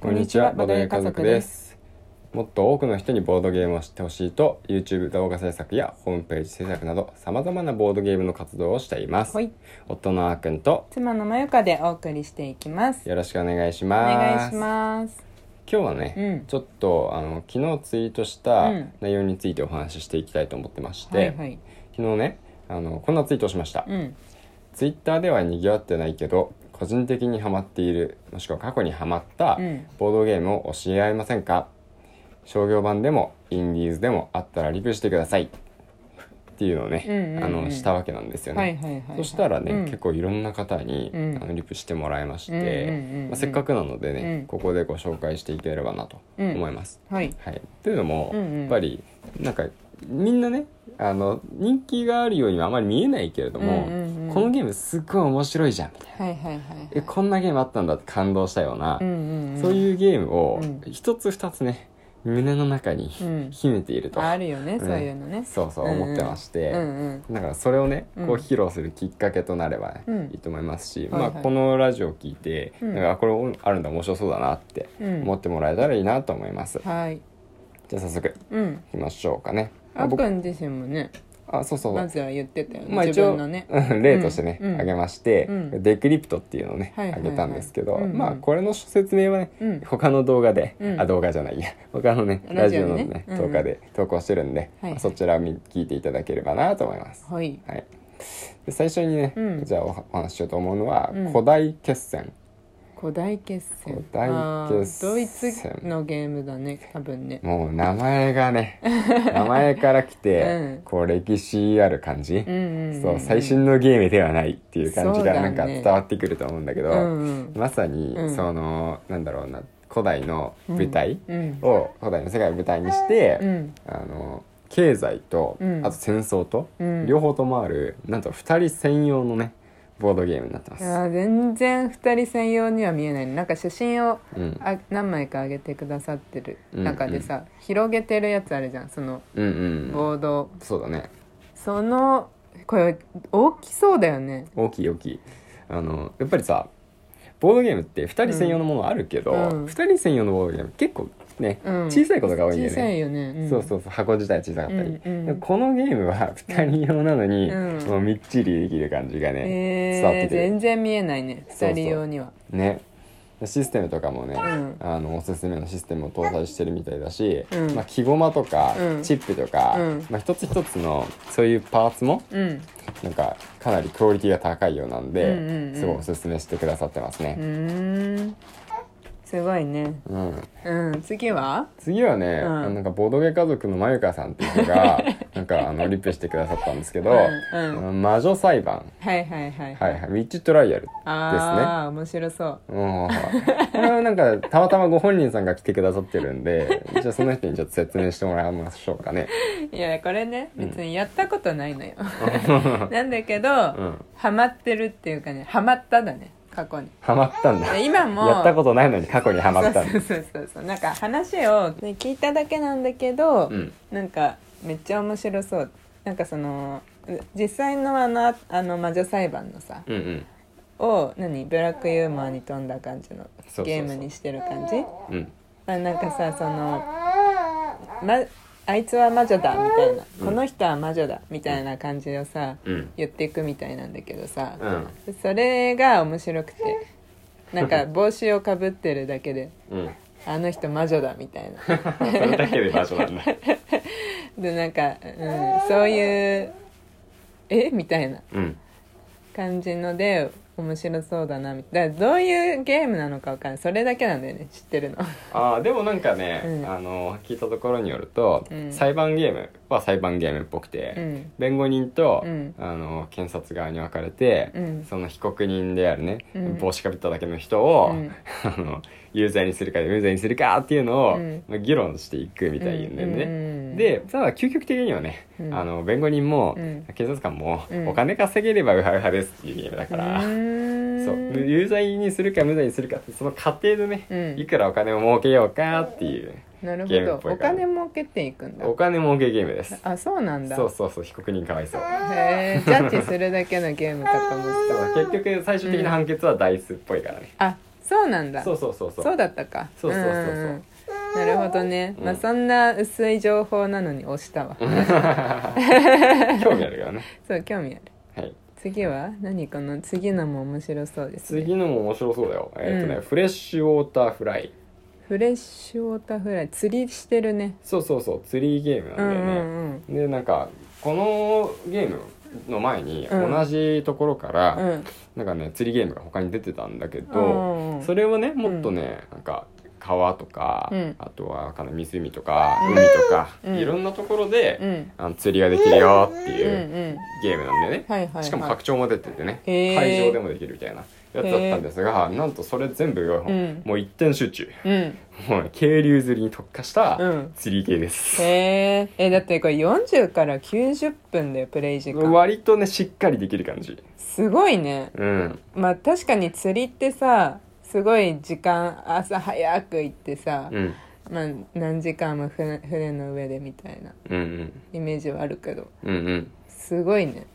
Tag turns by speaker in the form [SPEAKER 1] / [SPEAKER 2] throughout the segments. [SPEAKER 1] こんにちはボードゲーム家族です
[SPEAKER 2] もっと多くの人にボードゲームを知ってほしいと YouTube 動画制作やホームページ制作などさまざまなボードゲームの活動をしています、
[SPEAKER 1] はい
[SPEAKER 2] 夫のあーくんと
[SPEAKER 1] 妻のまゆかでお送りしていきます
[SPEAKER 2] よろしくお願いし
[SPEAKER 1] お
[SPEAKER 2] ます
[SPEAKER 1] 願いします
[SPEAKER 2] 今日はね、
[SPEAKER 1] うん
[SPEAKER 2] ちょっとあの昨日ツイートした
[SPEAKER 1] うん
[SPEAKER 2] 内容についてお話ししていきたいと思ってまして、
[SPEAKER 1] はいはい
[SPEAKER 2] 昨日ねあのこんなツイートをしました、
[SPEAKER 1] うん
[SPEAKER 2] ツイッターでは賑わってないけど個人的にハマっているもしくは過去にハマった
[SPEAKER 1] うん
[SPEAKER 2] ボードゲームを教え合いませんか商業版でもインディーズでもあったらリプしてくださいっていうのをね、
[SPEAKER 1] うんうんうん
[SPEAKER 2] あのしたわけなんですよね、
[SPEAKER 1] はいはいはいはい
[SPEAKER 2] そしたらね、
[SPEAKER 1] うん
[SPEAKER 2] 結構いろんな方に、
[SPEAKER 1] うん
[SPEAKER 2] あのリプしてもらいまし
[SPEAKER 1] う
[SPEAKER 2] て
[SPEAKER 1] んうんうんうん
[SPEAKER 2] まあせっかくなのでね、
[SPEAKER 1] うん
[SPEAKER 2] ここでご紹介していければなと思います、
[SPEAKER 1] はい
[SPEAKER 2] はい、というのも、
[SPEAKER 1] うんうん
[SPEAKER 2] やっぱりなんかみんなねあの人気があるようにはあまり見えないけれども、
[SPEAKER 1] うんうんうん
[SPEAKER 2] このゲームすっごい面白いじゃんみたいな
[SPEAKER 1] はいはいはいはい
[SPEAKER 2] えこんなゲームあったんだって感動したような、
[SPEAKER 1] うんうんうん
[SPEAKER 2] そういうゲームを
[SPEAKER 1] うん
[SPEAKER 2] 一つ二つね胸の中に
[SPEAKER 1] うん
[SPEAKER 2] 秘めていると、
[SPEAKER 1] あるよね
[SPEAKER 2] ん
[SPEAKER 1] そういうのね
[SPEAKER 2] そうそう
[SPEAKER 1] うんうん
[SPEAKER 2] 思ってまして、
[SPEAKER 1] うんうん
[SPEAKER 2] だからそれをね
[SPEAKER 1] うん
[SPEAKER 2] こう披露するきっかけとなれば
[SPEAKER 1] うん
[SPEAKER 2] いいと思いますし、
[SPEAKER 1] はいはい
[SPEAKER 2] まあ、このラジオを聞いて、
[SPEAKER 1] うん
[SPEAKER 2] なんかあこれあるんだ面白そうだなって
[SPEAKER 1] うん
[SPEAKER 2] 思ってもらえたらいいなと思います、
[SPEAKER 1] はい
[SPEAKER 2] じゃあ早速
[SPEAKER 1] うん
[SPEAKER 2] いきましょうかね
[SPEAKER 1] あっ
[SPEAKER 2] 僕
[SPEAKER 1] くん自身もね
[SPEAKER 2] あそうそう
[SPEAKER 1] まずは言ってたよ
[SPEAKER 2] まあ
[SPEAKER 1] ね
[SPEAKER 2] 一
[SPEAKER 1] 自分
[SPEAKER 2] 応
[SPEAKER 1] のね
[SPEAKER 2] うん例としてね、
[SPEAKER 1] うんうん
[SPEAKER 2] あげまして、
[SPEAKER 1] うん
[SPEAKER 2] デクリプトっていうのをね、
[SPEAKER 1] はいはいはい
[SPEAKER 2] あげたんですけど、
[SPEAKER 1] うんうん
[SPEAKER 2] まあこれの説明はね、
[SPEAKER 1] うん
[SPEAKER 2] 他の動画で、
[SPEAKER 1] うん
[SPEAKER 2] あ動画じゃないや他のね
[SPEAKER 1] ラ
[SPEAKER 2] ラ
[SPEAKER 1] ジ
[SPEAKER 2] ジ
[SPEAKER 1] オ
[SPEAKER 2] オ
[SPEAKER 1] で
[SPEAKER 2] の
[SPEAKER 1] ね
[SPEAKER 2] ね
[SPEAKER 1] うんう
[SPEAKER 2] 動
[SPEAKER 1] ん
[SPEAKER 2] 画で投稿してるんで、
[SPEAKER 1] はいはい
[SPEAKER 2] そちらを見聞いていただければなと思います。
[SPEAKER 1] はい
[SPEAKER 2] はい、で最初にね、
[SPEAKER 1] うん
[SPEAKER 2] じゃあおはお話ししようと思うのは、
[SPEAKER 1] うん
[SPEAKER 2] 古代決戦
[SPEAKER 1] 古代決戦
[SPEAKER 2] 古代決戦
[SPEAKER 1] あードイツのゲームだね多分ね
[SPEAKER 2] もう名前が ね名前から来て、
[SPEAKER 1] うん
[SPEAKER 2] こう歴史ある感じ、
[SPEAKER 1] うんうんんん
[SPEAKER 2] そう最新のゲームではないっていう感じ
[SPEAKER 1] そうだ
[SPEAKER 2] がなん
[SPEAKER 1] ね
[SPEAKER 2] か伝わってくると思うんだけど
[SPEAKER 1] うんうん
[SPEAKER 2] まさに
[SPEAKER 1] うん
[SPEAKER 2] その、なんだろうな古代の舞台
[SPEAKER 1] うん
[SPEAKER 2] を、古代の世界を舞台にして、
[SPEAKER 1] うん
[SPEAKER 2] あの経済と、
[SPEAKER 1] うん
[SPEAKER 2] あと戦争と、
[SPEAKER 1] うん
[SPEAKER 2] 両方ともあるなんと2人専用のねボードゲームになってま
[SPEAKER 1] い
[SPEAKER 2] す。
[SPEAKER 1] やー全然2人専用には見えないなんか写真を
[SPEAKER 2] うん
[SPEAKER 1] あ何枚か上げてくださってる
[SPEAKER 2] うん
[SPEAKER 1] 中でさ、広げてるやつあるじゃんその
[SPEAKER 2] うんうん、
[SPEAKER 1] ボードを、
[SPEAKER 2] そうだね
[SPEAKER 1] そのこれ大きそうだよね
[SPEAKER 2] 大きい大きいあのやっぱりさボードゲームって2人専用のものあるけど、
[SPEAKER 1] う
[SPEAKER 2] 二
[SPEAKER 1] んうん
[SPEAKER 2] 2人専用のボードゲーム結構ね、
[SPEAKER 1] うん
[SPEAKER 2] 小さいことが多いんだよ
[SPEAKER 1] 小
[SPEAKER 2] ね。
[SPEAKER 1] さいよね、ん
[SPEAKER 2] そうそうそう箱自体小さかったり、
[SPEAKER 1] うんうん
[SPEAKER 2] でもこのゲームは2人用なのに、
[SPEAKER 1] うん
[SPEAKER 2] もうみっちりできる感じがね、
[SPEAKER 1] え
[SPEAKER 2] 伝わって
[SPEAKER 1] ー、
[SPEAKER 2] くる
[SPEAKER 1] 全然見えないね
[SPEAKER 2] そうそう
[SPEAKER 1] 2人用には
[SPEAKER 2] ねシステムとかもね、
[SPEAKER 1] ん
[SPEAKER 2] あのおすすめのシステムを搭載してるみたいだし、
[SPEAKER 1] うん
[SPEAKER 2] まあ、木駒とか、
[SPEAKER 1] うん
[SPEAKER 2] チップとか、
[SPEAKER 1] うん
[SPEAKER 2] まあ、一つ一つのそういうパーツも
[SPEAKER 1] うん
[SPEAKER 2] なんかかなりクオリティが高いようなんで、
[SPEAKER 1] うんうんうん
[SPEAKER 2] すごいおすすめしてくださってます
[SPEAKER 1] う
[SPEAKER 2] ね、
[SPEAKER 1] ーんすごいね
[SPEAKER 2] うん
[SPEAKER 1] うん次は
[SPEAKER 2] 次はね、
[SPEAKER 1] うん
[SPEAKER 2] あのなんかボードゲー家族のまゆかさんっていう人が なんかあのリプしてくださったんですけど「
[SPEAKER 1] うんうん
[SPEAKER 2] あの魔女裁判」
[SPEAKER 1] はいはいはい
[SPEAKER 2] はいはい、ウィッチトライアル
[SPEAKER 1] ああ、面白そう
[SPEAKER 2] もうこれはなんかたまたまご本人さんが来てくださってるんでじゃあその人にちょっと説明してもらいましょうかね
[SPEAKER 1] いやこれね別にやったことないのよ、 なんだけど、ハマってるっていうかねハマっただね過去に
[SPEAKER 2] ハマったんだ
[SPEAKER 1] で今も
[SPEAKER 2] やったことないのに過去にハマったんだ
[SPEAKER 1] そうそうそうそうなんか話を、ね、聞いただけなんだけど、
[SPEAKER 2] うん
[SPEAKER 1] なんかめっちゃ面白そうなんかそのう実際のあのああの魔女裁判のさ、
[SPEAKER 2] うんうん
[SPEAKER 1] を何ブラックユーモアに富んだ感じ
[SPEAKER 2] そ
[SPEAKER 1] の
[SPEAKER 2] うそう
[SPEAKER 1] ゲームにしてる感じ
[SPEAKER 2] うん
[SPEAKER 1] あなんかさその、ま、あいつは魔女だみたいな、この人は魔女だみたいな感じをさ、
[SPEAKER 2] うん
[SPEAKER 1] 言っていくみたいなんだけどさ、
[SPEAKER 2] うん
[SPEAKER 1] それが面白くてなんか帽子をかぶってるだけで
[SPEAKER 2] うん
[SPEAKER 1] あの人魔女だみたいな
[SPEAKER 2] それだけで場所なんだ
[SPEAKER 1] でなんか、うん、そういうえみたいな
[SPEAKER 2] うん
[SPEAKER 1] 感じので面白そうだなみたいなだからどういうゲームなのかわかんないそれだけなんだよね知って るの
[SPEAKER 2] あーでもなんかね、
[SPEAKER 1] うん
[SPEAKER 2] あの聞いたところによると、
[SPEAKER 1] うん
[SPEAKER 2] 裁判ゲームは裁判ゲームっぽくて、
[SPEAKER 1] うん
[SPEAKER 2] 弁護人と、
[SPEAKER 1] うん
[SPEAKER 2] あの検察側に分かれて、
[SPEAKER 1] うん
[SPEAKER 2] その被告人であるね、
[SPEAKER 1] うん
[SPEAKER 2] 帽子かぶっただけの人を、
[SPEAKER 1] うん
[SPEAKER 2] あの有罪にするか無罪にするかっていうのを、
[SPEAKER 1] うん
[SPEAKER 2] まあ議論していくみたいなんだよね。
[SPEAKER 1] うんうんうん
[SPEAKER 2] でただ究極的にはね、
[SPEAKER 1] うん
[SPEAKER 2] あの弁護人も、
[SPEAKER 1] うん
[SPEAKER 2] 警察官も、
[SPEAKER 1] うん
[SPEAKER 2] お金稼げればウハウハですっていうゲームだから。
[SPEAKER 1] うーん
[SPEAKER 2] そう有罪にするか無罪にするかってその過程でね、
[SPEAKER 1] うん
[SPEAKER 2] いくらお金を儲けようかっていう
[SPEAKER 1] なる
[SPEAKER 2] ゲームっ
[SPEAKER 1] ほ
[SPEAKER 2] ぽ
[SPEAKER 1] どお
[SPEAKER 2] いから
[SPEAKER 1] 金儲けていくんだ
[SPEAKER 2] お金儲けゲームです
[SPEAKER 1] あそうなんだ
[SPEAKER 2] そうそうそう被告人かわいそう
[SPEAKER 1] へえ ジャッジするだけのゲームかと思っ
[SPEAKER 2] でも結局最終的な判決はダイスっぽいからね、
[SPEAKER 1] たあそうなんだ
[SPEAKER 2] そうそうそうそう
[SPEAKER 1] そうだったか
[SPEAKER 2] そうそうそうそうん
[SPEAKER 1] んんなるほどね、
[SPEAKER 2] うん
[SPEAKER 1] まあそんな薄い情報なのに押したわ
[SPEAKER 2] 興味あるからね
[SPEAKER 1] そう興味あ
[SPEAKER 2] は
[SPEAKER 1] る
[SPEAKER 2] い
[SPEAKER 1] 次は何かな次のも面白そうです、ね、
[SPEAKER 2] 次のも面白そうだよえっ、とね、
[SPEAKER 1] うん
[SPEAKER 2] フレッシュウォーターフライ
[SPEAKER 1] フレッシュウォーターフライ釣りしてるね
[SPEAKER 2] そうそうそう釣りゲームなん
[SPEAKER 1] う
[SPEAKER 2] だ
[SPEAKER 1] んう
[SPEAKER 2] よね、
[SPEAKER 1] ん
[SPEAKER 2] でなんかこのゲームの前に
[SPEAKER 1] うん
[SPEAKER 2] 同じところか
[SPEAKER 1] う
[SPEAKER 2] ら、
[SPEAKER 1] ん
[SPEAKER 2] なんかね釣りゲームが他に出てたんだけ
[SPEAKER 1] う
[SPEAKER 2] ど、
[SPEAKER 1] んうん
[SPEAKER 2] それをねもっとね、なんか川とか、
[SPEAKER 1] うん
[SPEAKER 2] あとはわかんない湖とか
[SPEAKER 1] うん
[SPEAKER 2] 海とか、
[SPEAKER 1] うん
[SPEAKER 2] いろんなところで、
[SPEAKER 1] うん
[SPEAKER 2] あの釣りができるよって
[SPEAKER 1] うんう
[SPEAKER 2] いううんゲームなんだよね、
[SPEAKER 1] はいはい、はい、
[SPEAKER 2] しかも拡張も出ててね、
[SPEAKER 1] へー
[SPEAKER 2] 会場でもできるみたいなやつだったんですが、なんとそれ全部が、
[SPEAKER 1] ん
[SPEAKER 2] もう一点集中
[SPEAKER 1] うん
[SPEAKER 2] もうね渓流釣りに特化した
[SPEAKER 1] うん
[SPEAKER 2] 釣り系です、
[SPEAKER 1] へええだってこれ40から90分だよプレイ時間
[SPEAKER 2] 割とねしっかりできる感じ
[SPEAKER 1] すごいね
[SPEAKER 2] うん
[SPEAKER 1] まあ確かに釣りってさすごい時間朝早く行ってさ、
[SPEAKER 2] うん
[SPEAKER 1] まあ何時間も船船の上でみたいな
[SPEAKER 2] うんうん
[SPEAKER 1] イメージはあるけど
[SPEAKER 2] うんうん
[SPEAKER 1] すごいね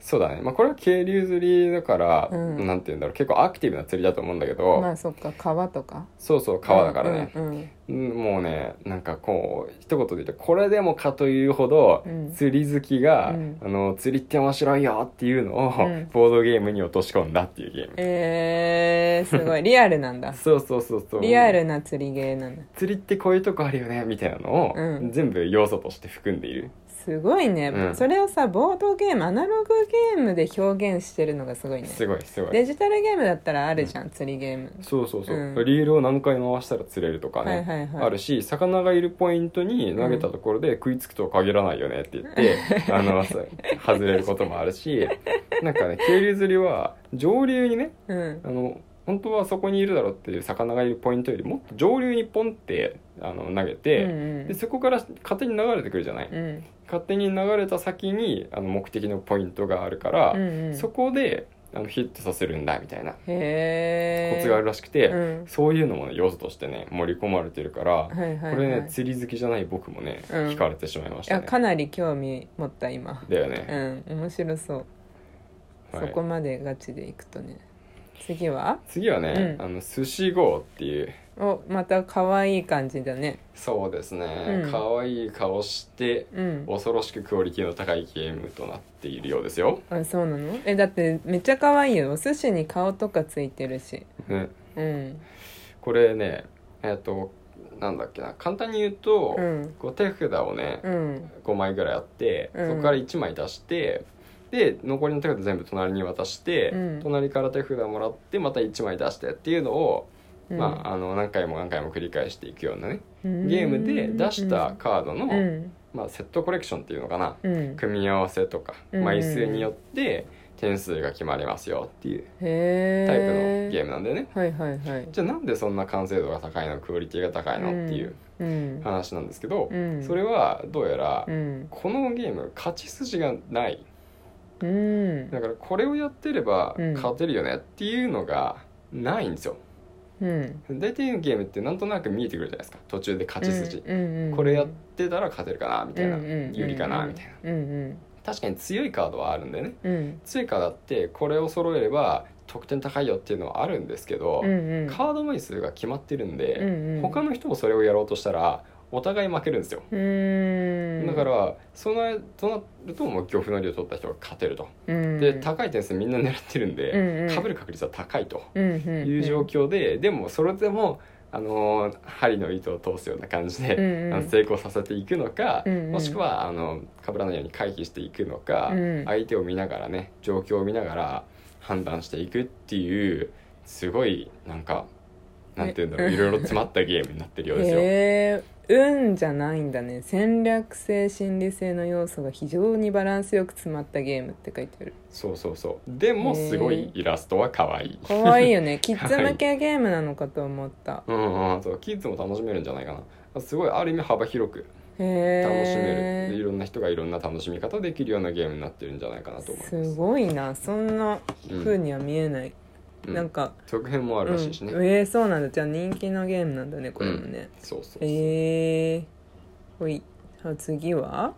[SPEAKER 2] そうだねまあこれは渓流釣りだから、
[SPEAKER 1] うん
[SPEAKER 2] なんて言うんだろう結構アクティブな釣りだと思うんだけど、
[SPEAKER 1] まあそっか川とか
[SPEAKER 2] そうそう川だからね、
[SPEAKER 1] うんうん
[SPEAKER 2] うんもうねなんかこう一言で言ってこれでもかというほど、
[SPEAKER 1] うん
[SPEAKER 2] 釣り好きが、
[SPEAKER 1] うん
[SPEAKER 2] あの釣りって面白いよっていうのを、
[SPEAKER 1] うん
[SPEAKER 2] ボードゲームに落とし込んだっていうゲーム
[SPEAKER 1] えー、すごいリアルなんだ
[SPEAKER 2] そうそうそうそう
[SPEAKER 1] リアルな釣りゲーなんだ
[SPEAKER 2] 釣りってこういうとこあるよねみたいなのを、
[SPEAKER 1] うん
[SPEAKER 2] 全部要素として含んでいる
[SPEAKER 1] すごいね、
[SPEAKER 2] うん
[SPEAKER 1] それをさボードゲームアナログゲームで表現してるのがすごいね
[SPEAKER 2] すごいすごい
[SPEAKER 1] デジタルゲームだったらあるじゃん、釣りゲーム
[SPEAKER 2] そうそうそう、
[SPEAKER 1] うん
[SPEAKER 2] リールを何回回したら釣れるとかね、
[SPEAKER 1] はいはいはい
[SPEAKER 2] あるし魚がいるポイントに投げたところで食いつくとは限らないよねって言って、 あのさ外れることもあるしなんかね渓流釣りは上流にね
[SPEAKER 1] うん
[SPEAKER 2] あの本当はそこにいるだろうっていう魚がいるポイントよりもっと上流にポンってあの投げて、
[SPEAKER 1] うんうん
[SPEAKER 2] でそこから勝手に流れてくるじゃない、
[SPEAKER 1] うん
[SPEAKER 2] 勝手に流れた先にあの目的のポイントがあるから、
[SPEAKER 1] うんうん
[SPEAKER 2] そこであのヒットさせるんだみたいな
[SPEAKER 1] へえ
[SPEAKER 2] コツがあるらしくて、
[SPEAKER 1] うん
[SPEAKER 2] そういうのも、ね、要素としてね盛り込まれてるから、
[SPEAKER 1] はいはい、はい、
[SPEAKER 2] これね釣り好きじゃない僕もね、
[SPEAKER 1] うん
[SPEAKER 2] 惹かれてしまいまし
[SPEAKER 1] い
[SPEAKER 2] た
[SPEAKER 1] や
[SPEAKER 2] ね
[SPEAKER 1] かなり興味持った今
[SPEAKER 2] だよ
[SPEAKER 1] う
[SPEAKER 2] ね、
[SPEAKER 1] ん面白そう、
[SPEAKER 2] はい
[SPEAKER 1] そこまでガチでいくとね次は
[SPEAKER 2] 次はね、
[SPEAKER 1] うん
[SPEAKER 2] あの寿司号っていう
[SPEAKER 1] おまた可愛い感じだね
[SPEAKER 2] そうですね
[SPEAKER 1] うん
[SPEAKER 2] 可愛、いい顔して
[SPEAKER 1] うん
[SPEAKER 2] 恐ろしくクオリティの高いゲームとなっているようですよ、
[SPEAKER 1] あそうなのえだってめっちゃ可愛いよお寿司に顔とかついてるし
[SPEAKER 2] ね、
[SPEAKER 1] うん
[SPEAKER 2] これねえっ、となんだっけな簡単に言うと、
[SPEAKER 1] うん
[SPEAKER 2] こう手札をね、
[SPEAKER 1] うん
[SPEAKER 2] 5枚ぐらいあって、
[SPEAKER 1] うん
[SPEAKER 2] そこから1枚出してで残りの手札全部隣に渡して、
[SPEAKER 1] うん
[SPEAKER 2] 隣から手札もらってまた1枚出してっていうのを、
[SPEAKER 1] うん
[SPEAKER 2] まあ、あの何回も何回も繰り返していくようなね
[SPEAKER 1] ゲ
[SPEAKER 2] ゲームで出したカードの、
[SPEAKER 1] うん
[SPEAKER 2] まあ、セットコレクションっていうのかな、
[SPEAKER 1] うん
[SPEAKER 2] 組み合わせとか
[SPEAKER 1] うん
[SPEAKER 2] 枚数によって点数が決まりますよっていう
[SPEAKER 1] へえ
[SPEAKER 2] タイプのゲームなんだよね。
[SPEAKER 1] はいはいはい
[SPEAKER 2] じゃあなんでそんな完成度が高いのクオリティが高いのっていう
[SPEAKER 1] うん
[SPEAKER 2] 話なんですけど、
[SPEAKER 1] うん
[SPEAKER 2] それはどうやら
[SPEAKER 1] うん
[SPEAKER 2] このゲーム勝ち筋がない
[SPEAKER 1] うん
[SPEAKER 2] だからこれをやってれば
[SPEAKER 1] うん
[SPEAKER 2] 勝てるよねっていうのがないんですよ
[SPEAKER 1] うん
[SPEAKER 2] 大体のゲームってなんとなく見えてくるじゃないですか途中で勝ち筋、これやってたら勝てるかなみたいな、有利かなみたいな
[SPEAKER 1] なうん
[SPEAKER 2] 確かに強いカードはあるんでね
[SPEAKER 1] うんうん
[SPEAKER 2] 強いカードあってこれを揃えれば得点高いよっていうのはあるんですけど、
[SPEAKER 1] うんうん
[SPEAKER 2] カード枚数が決まってるん
[SPEAKER 1] う
[SPEAKER 2] で、
[SPEAKER 1] んうん
[SPEAKER 2] 他の人もそれをやろうとしたらお互い負けるんですよ、
[SPEAKER 1] うん
[SPEAKER 2] だからそのとなるともう漁夫の利を取った人が勝てると
[SPEAKER 1] うん
[SPEAKER 2] で高い点数みんな狙ってるんで、
[SPEAKER 1] うんうん
[SPEAKER 2] 被る確率は高いと
[SPEAKER 1] うんうんうん
[SPEAKER 2] いう状況で、でもそれでも、あのー針の糸を通すような感じで、
[SPEAKER 1] うんうん
[SPEAKER 2] あの成功させていくのか、
[SPEAKER 1] うんうん
[SPEAKER 2] もしくはあの被らないように回避していくのか、
[SPEAKER 1] うん
[SPEAKER 2] 相手を見ながらね状況を見ながら判断していくっていうすごいなんかなんていうんだろう
[SPEAKER 1] え
[SPEAKER 2] いろいろ詰まったゲームになってるようですよ。
[SPEAKER 1] へえ運じゃないんだね戦略性心理性の要素が非常にバランスよく詰まったゲームって書いてある
[SPEAKER 2] そうそうそうでもすごいイラストは可愛い。
[SPEAKER 1] かわいい よねキッズ向けゲームなのかと思った
[SPEAKER 2] うんうん、そうキッズも楽しめるんじゃないかなすごいある意味幅広く
[SPEAKER 1] へ
[SPEAKER 2] 楽しめる、い
[SPEAKER 1] え
[SPEAKER 2] ろんな人がいろんな楽しみ方できるようなゲームになってるんじゃないかなと思います
[SPEAKER 1] すごいなそんな風には見えない、
[SPEAKER 2] うん
[SPEAKER 1] なんか、
[SPEAKER 2] 続編もあ
[SPEAKER 1] うん
[SPEAKER 2] るらしいしね、
[SPEAKER 1] えー、そうなんだじゃあ人気のゲームなんだねこれもね、
[SPEAKER 2] そうそうそう、
[SPEAKER 1] ええー、ほいあ次は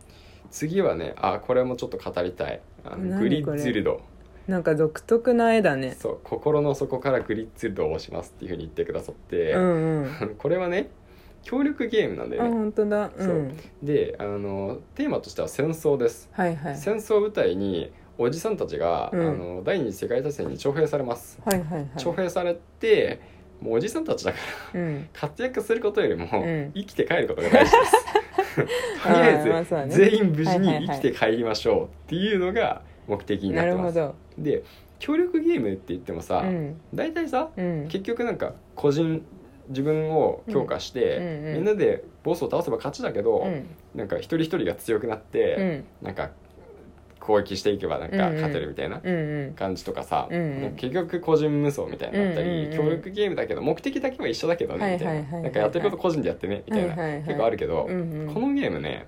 [SPEAKER 2] 次はねあこれもちょっと語りたいあの
[SPEAKER 1] 何
[SPEAKER 2] グリ
[SPEAKER 1] これ
[SPEAKER 2] ッジルド
[SPEAKER 1] なんか独特な絵だね
[SPEAKER 2] そう心の底からグリッツェルドを押しますっていうふうに言ってくださって、
[SPEAKER 1] うんうん
[SPEAKER 2] これはね協力ゲームなんだ
[SPEAKER 1] あ
[SPEAKER 2] よね、
[SPEAKER 1] 本当だう
[SPEAKER 2] そうんであのテーマとしては戦争です、
[SPEAKER 1] はいはい
[SPEAKER 2] 戦争を舞台におじさんたちが、
[SPEAKER 1] うん
[SPEAKER 2] あの第二次世界大戦に徴兵されます、
[SPEAKER 1] はいはい
[SPEAKER 2] 徴
[SPEAKER 1] は
[SPEAKER 2] 兵されてもうおじさんたちだから
[SPEAKER 1] いうん
[SPEAKER 2] 活躍することよりも、
[SPEAKER 1] ん
[SPEAKER 2] 生きて帰ることが大事です とりあえず、
[SPEAKER 1] あーまあそうだね
[SPEAKER 2] 全員無事
[SPEAKER 1] はいはい
[SPEAKER 2] に
[SPEAKER 1] は
[SPEAKER 2] 生
[SPEAKER 1] い
[SPEAKER 2] きて帰りましょうっていうのが目的にな
[SPEAKER 1] な
[SPEAKER 2] って
[SPEAKER 1] る
[SPEAKER 2] ま
[SPEAKER 1] ほ
[SPEAKER 2] す
[SPEAKER 1] ど
[SPEAKER 2] で協力ゲームって言っても
[SPEAKER 1] う
[SPEAKER 2] さ、
[SPEAKER 1] ん
[SPEAKER 2] 大体さ
[SPEAKER 1] うん
[SPEAKER 2] 結局なんか個人自分を強化して、
[SPEAKER 1] うんうんうん
[SPEAKER 2] みんなでボスを倒せば勝ちだけど、
[SPEAKER 1] うん
[SPEAKER 2] なんか一人一人が強くなっ
[SPEAKER 1] う
[SPEAKER 2] て、
[SPEAKER 1] ん
[SPEAKER 2] なんか攻撃していけばなんか
[SPEAKER 1] うんうん
[SPEAKER 2] 勝てるみたいな
[SPEAKER 1] うんうん
[SPEAKER 2] 感じとかさ、
[SPEAKER 1] うんうん
[SPEAKER 2] なんか結局個人無双みたいになったり、
[SPEAKER 1] うんうんうん
[SPEAKER 2] 協力ゲームだけど目的だけは一緒だけど
[SPEAKER 1] はい
[SPEAKER 2] ねみたい
[SPEAKER 1] はいはいはいは
[SPEAKER 2] ないなんかやってること個人でやってねみたいな、
[SPEAKER 1] はいはいはい
[SPEAKER 2] 結構あるけど、
[SPEAKER 1] うんうん
[SPEAKER 2] このゲームね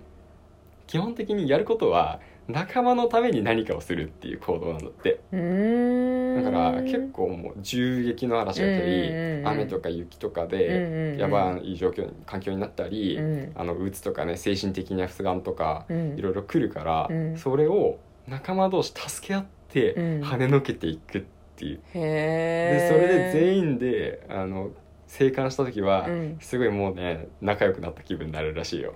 [SPEAKER 2] 基本的にやることは仲間のために何かをするっていう行動なんだって。
[SPEAKER 1] うー
[SPEAKER 2] だ
[SPEAKER 1] ん
[SPEAKER 2] から結構もう銃撃の嵐が来たり、
[SPEAKER 1] うんうんうん
[SPEAKER 2] 雨とか雪とか
[SPEAKER 1] うんうんう
[SPEAKER 2] で
[SPEAKER 1] ん
[SPEAKER 2] やばい状況に環境になったり、
[SPEAKER 1] うん
[SPEAKER 2] あのうつとかね精神的な不安とか、
[SPEAKER 1] うん
[SPEAKER 2] いろいろ来るから、
[SPEAKER 1] うん
[SPEAKER 2] それを仲間同士助け合って
[SPEAKER 1] うん
[SPEAKER 2] 跳ねのけていくっていう、
[SPEAKER 1] へ
[SPEAKER 2] で
[SPEAKER 1] え
[SPEAKER 2] それで全員であの生還した時は、
[SPEAKER 1] うん
[SPEAKER 2] すごいもうね仲良くなった気分になるらしいよ。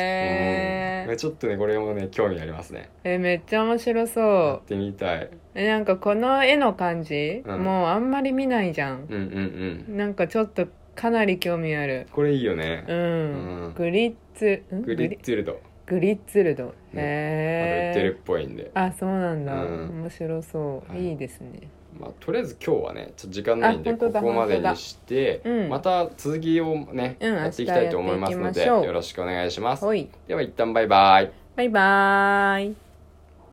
[SPEAKER 1] へ
[SPEAKER 2] うん
[SPEAKER 1] ー
[SPEAKER 2] ちょっとねこれもね興味ありますね。
[SPEAKER 1] えめっちゃ面白
[SPEAKER 2] や
[SPEAKER 1] そ
[SPEAKER 2] ってみたい。
[SPEAKER 1] うえなんかこの絵の感じ、
[SPEAKER 2] うん
[SPEAKER 1] もうあんまり見ないじゃん、
[SPEAKER 2] うんうんうん。
[SPEAKER 1] なんかちょっとかなり興味ある
[SPEAKER 2] これいいよね。
[SPEAKER 1] うん、
[SPEAKER 2] うん
[SPEAKER 1] グリッツん
[SPEAKER 2] グリッツェルド。
[SPEAKER 1] グリッツルド
[SPEAKER 2] うんまだ売
[SPEAKER 1] へ
[SPEAKER 2] ってる
[SPEAKER 1] え
[SPEAKER 2] っぽいんで、
[SPEAKER 1] あそうなんだ、
[SPEAKER 2] うん
[SPEAKER 1] 面白そう、
[SPEAKER 2] はい
[SPEAKER 1] いいですね
[SPEAKER 2] まあ、とりあえず今日はねちょっと時間ないんで
[SPEAKER 1] あ
[SPEAKER 2] こ
[SPEAKER 1] 本当だ
[SPEAKER 2] こまでにして、
[SPEAKER 1] 本当だうん
[SPEAKER 2] また続きをね、
[SPEAKER 1] うん
[SPEAKER 2] やっていきたいと思いますので
[SPEAKER 1] 明日やっていきましょう
[SPEAKER 2] よろしくお願いします
[SPEAKER 1] ほい
[SPEAKER 2] では一旦バイバイ
[SPEAKER 1] バイバーイ